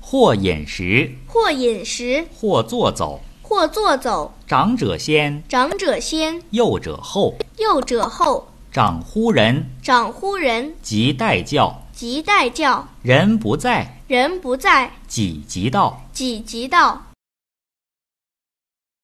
或饮食，或饮食，或坐走。或坐走。长者先，长者先，幼者后。幼者后。长乎人，长乎人，即待教。即待教。人不在，人不在，己即到。己即到。